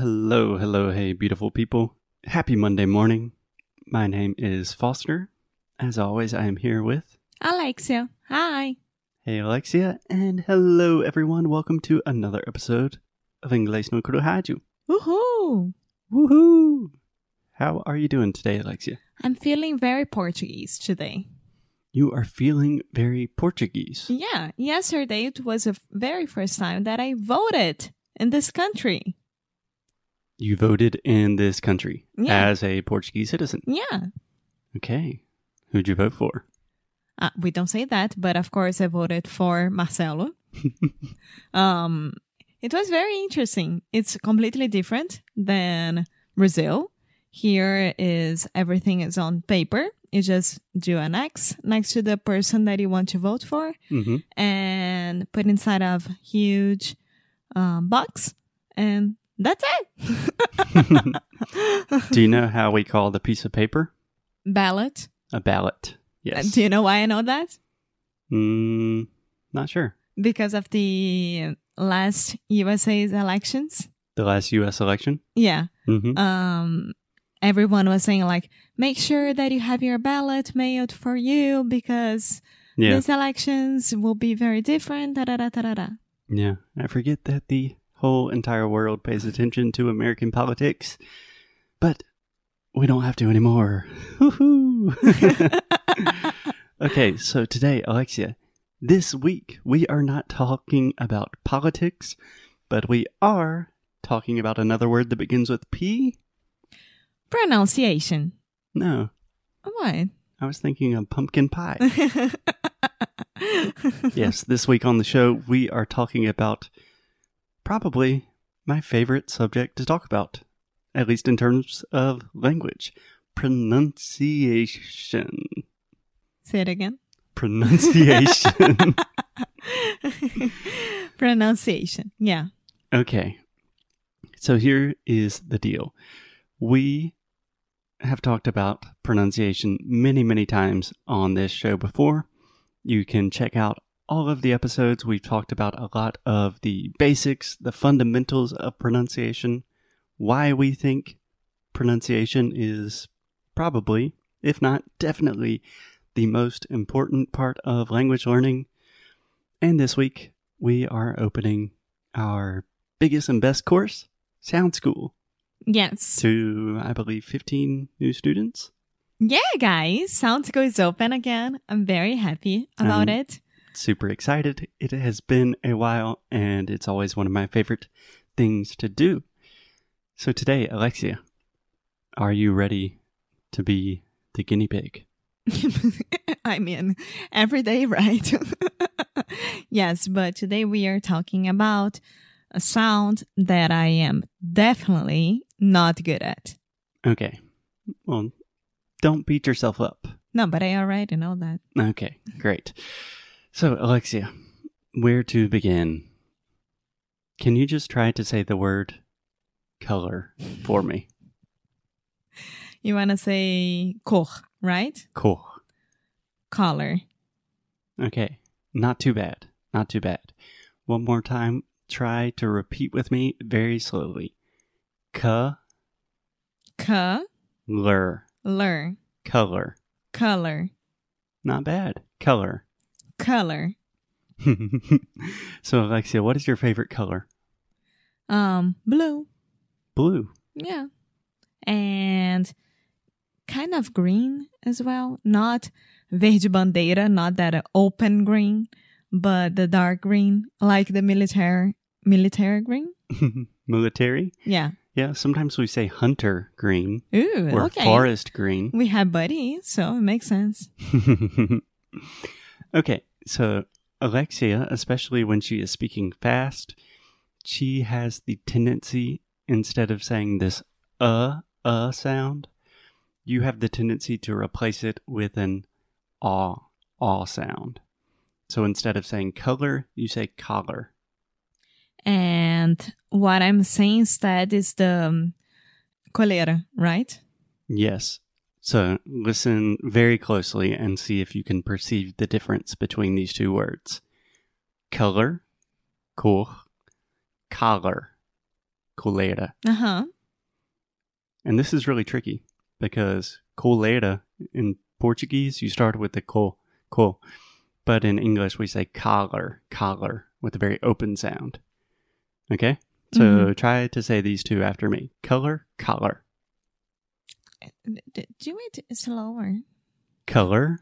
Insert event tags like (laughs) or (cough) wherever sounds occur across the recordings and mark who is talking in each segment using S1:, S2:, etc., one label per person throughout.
S1: Hello, hello, hey, beautiful people. Happy Monday morning. My name is Foster. As always, I am here with
S2: Alexia, hi.
S1: Hey Alexia, and hello everyone. Welcome to another episode of Inglés no Kurohaju.
S2: Woohoo!
S1: Woohoo! How are you doing today, Alexia?
S2: I'm feeling very Portuguese today.
S1: You are feeling very Portuguese.
S2: Yeah, yesterday it was the very first time that I voted in this country.
S1: You voted in this country
S2: Yeah.
S1: as a Portuguese citizen.
S2: Yeah,
S1: Okay. Who'd you vote for?
S2: uh, we don't say that, but of course I voted for Marcelo. um, it was very interesting. It's completely different than Brazil. Here is everything is on paper. You just do an X next to the person that you want to vote for, (laughs)
S1: Mm-hmm. (laughs)
S2: and put inside of huge um, box, and that's
S1: (laughs)
S2: it. (laughs)
S1: Do you know how we call the piece of paper?
S2: Ballot.
S1: A ballot. Yes.
S2: Do you know why I know that?
S1: Mm, not sure.
S2: Because of the last USA's elections.
S1: The last U.S. election.
S2: Yeah.
S1: Mm-hmm.
S2: Um, everyone was saying like, make sure that you have your ballot mailed for you because
S1: Yeah,
S2: these elections will be very different. Da da da da da. da.
S1: yeah. I forget that the whole entire world pays attention to American politics, but we don't have to anymore. (laughs) Woohoo! (laughs) okay, so today, Alexia, this week we are not talking about politics, but we are talking about another word that begins with P.
S2: Pronunciation.
S1: No,
S2: What? (laughs)
S1: I was thinking of pumpkin pie. yes, this week on the show, we are talking about probably my favorite subject to talk about, at least in terms of language pronunciation.
S2: Say it again.
S1: Pronunciation.
S2: (laughs) Pronunciation. Yeah.
S1: okay. So here is the deal. We have talked about pronunciation many, many times on this show before. You can check out all of the episodes. We've talked about a lot of the basics, the fundamentals of pronunciation, why we think pronunciation is probably, if not definitely, the most important part of language learning. And this week, we are opening our biggest and best course, Sound School,
S2: Yes.
S1: to, I believe, 15 new students.
S2: Yeah, guys. Sound School is open again. I'm very happy about
S1: Um,
S2: it. (laughs)
S1: super excited. It has been a while, and it's always one of my favorite things to do. So, today, Alexia, are you ready to be the guinea pig?
S2: I mean, every day, right? (laughs) yes, but today we are talking about a sound that I am definitely not good at.
S1: Okay. Well, don't beat yourself up.
S2: No, but I already know that.
S1: Okay, great. So, Alexia, where to begin? Can you just try to say the word color for me?
S2: You want to say cor, right?
S1: Cool.
S2: Color.
S1: Okay. Not too bad. Not too bad. One more time. Try to repeat with me very slowly. Color.
S2: Color.
S1: Color.
S2: Color.
S1: Not bad. Color. (laughs)
S2: Color.
S1: so, Alexia, what is your favorite color?
S2: Um, blue.
S1: Blue. (laughs)
S2: Yeah. And kind of green as well. Not verde bandeira, not that uh, open green, but the dark green, like the military military green.
S1: Military.
S2: Yeah.
S1: Yeah, sometimes we say hunter green
S2: Ooh,
S1: or
S2: okay.
S1: forest green.
S2: We have buddy, so it makes sense.
S1: (laughs) okay, so Alexia, especially when she is speaking fast, she has the tendency, instead of saying this uh, uh sound, you have the tendency to replace it with an ah, ah sound. So instead of saying color, you say collar.
S2: And what I'm saying instead is the um, coleira, right?
S1: Yes. So listen very closely and see if you can perceive the difference between these two words. Color, cor, collar, coleira.
S2: Uh huh.
S1: And this is really tricky because coleira in Portuguese, you start with the co, co. But in English, we say collar, collar with a very open sound. Okay? So try to say these two after me color, collar,
S2: Do it slower.
S1: color,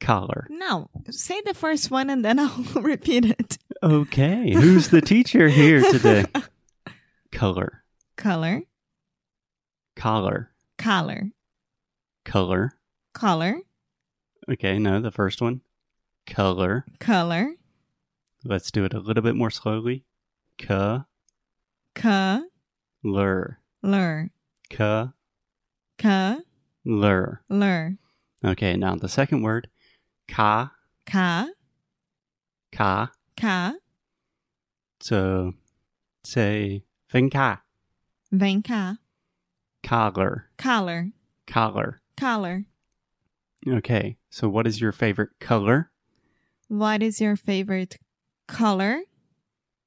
S1: collar.
S2: No, say the first one and then (laughs) I'll repeat it.
S1: Okay. (laughs) Who's the teacher here today? Color,
S2: (laughs) Color,
S1: collar,
S2: collar,
S1: color.
S2: collar,
S1: Okay, no, the first one. Color.
S2: color,
S1: Let's do it a little bit more slowly. Color.
S2: color,
S1: Color.
S2: color,
S1: Okay, now the second word. Ka.
S2: ca,
S1: Ka.
S2: ca,
S1: So say vem cá.
S2: vem cá,
S1: Color.
S2: color,
S1: Color.
S2: color.
S1: Okay, so what is your favorite color?
S2: What is your favorite color?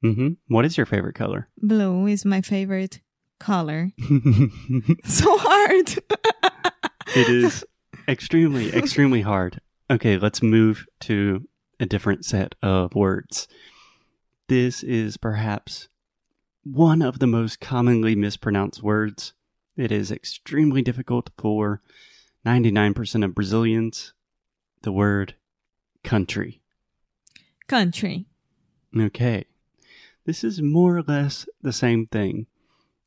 S1: Mm-hmm. What is your favorite
S2: (laughs)
S1: color?
S2: Blue is my favorite color. (laughs) So hard.
S1: it is extremely, extremely hard. Okay, let's move to a different set of words. This is perhaps one of the most commonly mispronounced words. It is extremely difficult for 99% of Brazilians. The word country.
S2: Country.
S1: Okay. This is more or less the same thing.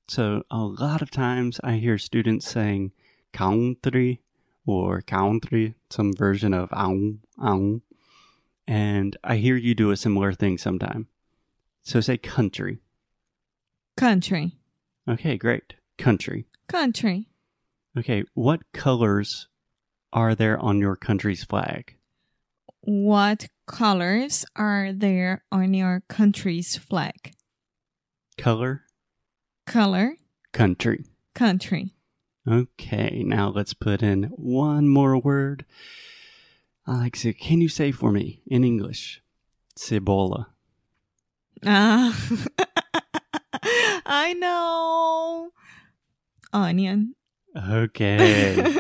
S1: So, a lot of times I hear students saying country or country, some version of aung, aung. And I hear you do a similar thing sometime. So, say country.
S2: Country.
S1: Okay, great. Country.
S2: Country.
S1: Okay, what colors are there on your country's flag?
S2: What colors are there on your country's flag?
S1: Color,
S2: Color,
S1: country.
S2: country.
S1: Okay, now let's put in one more word. Alexia, can you say for me in English? Cibola.
S2: Ah. (laughs) I know. Onion. (laughs)
S1: Okay.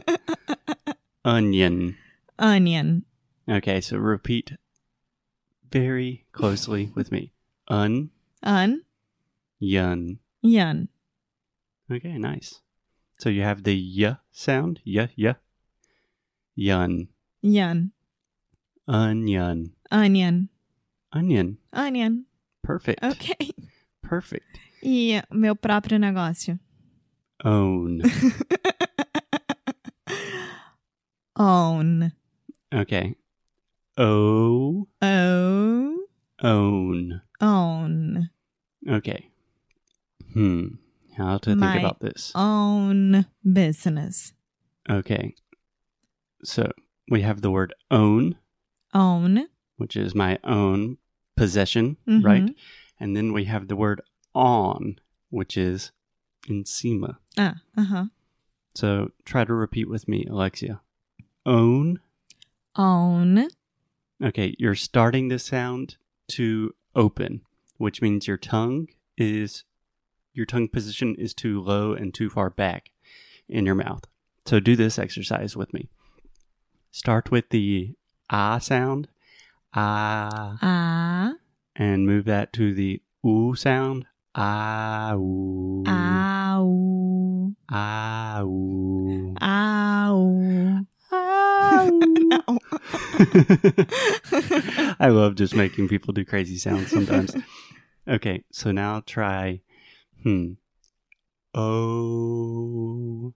S1: Onion.
S2: Onion.
S1: Okay, so repeat very closely with me. Un,
S2: Onion.
S1: yun. Okay, nice. So you have the y sound. Y, y. Yun.
S2: Yan.
S1: Onion.
S2: Onion.
S1: Onion.
S2: Onion.
S1: Perfect.
S2: Ok.
S1: Perfect.
S2: E meu próprio negócio. (laughs)
S1: Own.
S2: Own.
S1: Okay. O,
S2: O.
S1: own.
S2: Oh. Own.
S1: Okay. Hmm. How to
S2: My-
S1: think about this?
S2: Own business.
S1: Okay. So we have the word own,
S2: Own.
S1: which is my own possession,
S2: Mm-hmm.
S1: right? And then we have the word on, which is encima.
S2: Ah, uh-huh.
S1: So try to repeat with me, Alexia. Own.
S2: Own.
S1: Okay, you're starting the sound to open, which means your tongue is your tongue position is too low and too far back in your mouth. So do this exercise with me. Start with the ah sound, ah,
S2: A.
S1: and move that to the oo sound, ah oo,
S2: Ah. Au.
S1: ah oo.
S2: Au. (laughs) Au.
S1: (laughs) I love just making people do crazy sounds
S2: (laughs)
S1: sometimes. okay, so now try hmm. O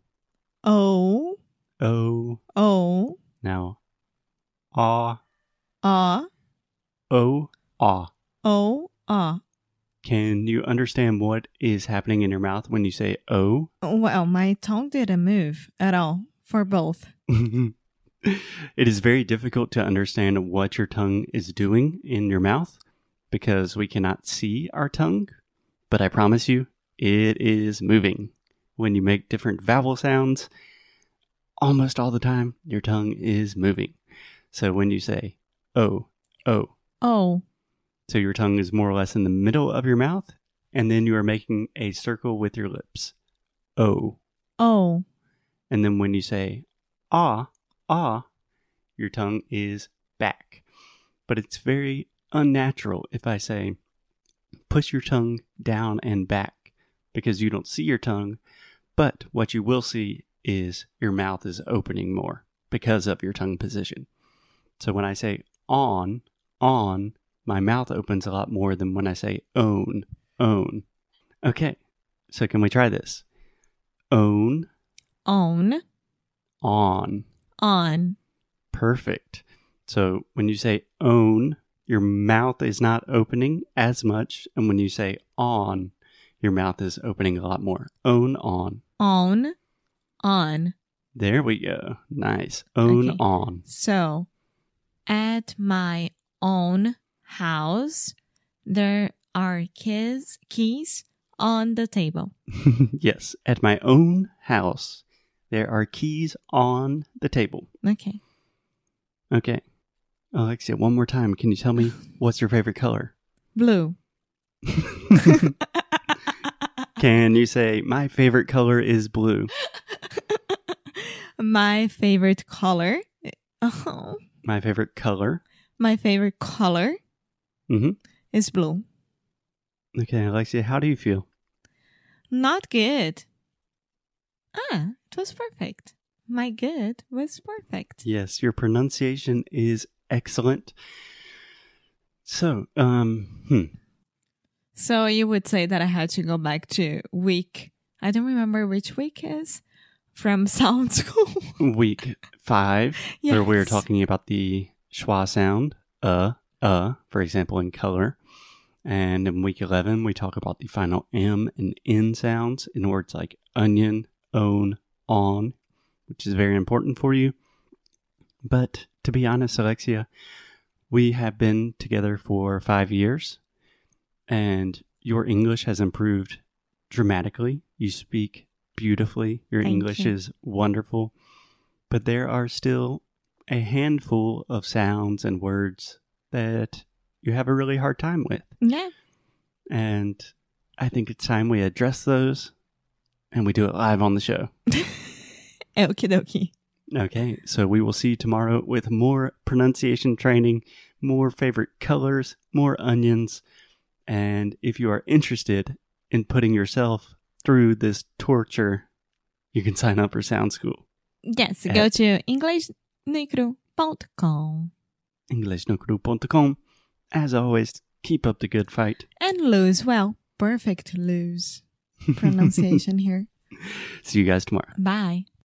S2: O.
S1: O
S2: O.
S1: now ah
S2: A.
S1: o ah.
S2: O. A.
S1: Can you understand what is happening in your mouth when you say o?
S2: Well, my tongue didn't move at all for both.
S1: (laughs) it is very difficult to understand what your tongue is doing in your mouth because we cannot see our tongue. But I promise you, it is moving. When you make different vowel sounds, almost all the time, your tongue is moving. So when you say, oh, oh,
S2: O. Oh,
S1: so your tongue is more or less in the middle of your mouth and then you are making a circle with your lips. O.
S2: Oh,
S1: And then when you say ah, ah, your tongue is back. But it's very unnatural if I say push your tongue down and back because you don't see your tongue. But what you will see is your mouth is opening more because of your tongue position. So when I say on, on, my mouth opens a lot more than when I say own, own. Okay, so can we try this? Own
S2: on,
S1: on.
S2: on.
S1: Perfect. So when you say own, your mouth is not opening as much. And when you say on, your mouth is opening a lot more. Own on.
S2: on, on.
S1: There we go. Nice. Own
S2: Okay. (laughs)
S1: on.
S2: So, at my own house, there are keys, keys on the table.
S1: yes. At my own house, there are keys on the table.
S2: Okay.
S1: Okay. Alexia, one more time. Can you tell me what's your favorite color?
S2: Blue.
S1: Can you say, my favorite color is blue?
S2: (laughs) my favorite color. Oh,
S1: My favorite color.
S2: my favorite color
S1: Mhm.
S2: is blue.
S1: Okay, Alexia, how do you feel?
S2: Not good. Ah, it was perfect. My good was perfect.
S1: Yes, your pronunciation is excellent. So, um, hmm.
S2: So you would say that I had to go back to week. I don't remember which week is from (laughs) sound school.
S1: week five, where we were
S2: Yes.
S1: talking about the schwa sound, uh, uh, for example, in color. And in week 11, we talk about the final M and N sounds in words like onion, own, on, which is very important for you. But to be honest, Alexia, we have been together for five years and your English has improved dramatically. You speak beautifully, your
S2: Thank
S1: English
S2: you.
S1: is wonderful, but there are still a handful of sounds and words that you have a really hard time with.
S2: yeah. (laughs)
S1: And I think it's time we address those and we do it live on the show.
S2: Okie dokie.
S1: Okay, so we will see you tomorrow with more pronunciation training, more favorite colors, more onions. And if you are interested in putting yourself through this torture, you can sign up for Sound School.
S2: Yes,
S1: Uh,
S2: go to EnglishNecro.com
S1: EnglishNocru.com. As always, keep up the good fight.
S2: and lose. Well, perfect lose pronunciation here.
S1: (laughs) See you guys tomorrow.
S2: Bye.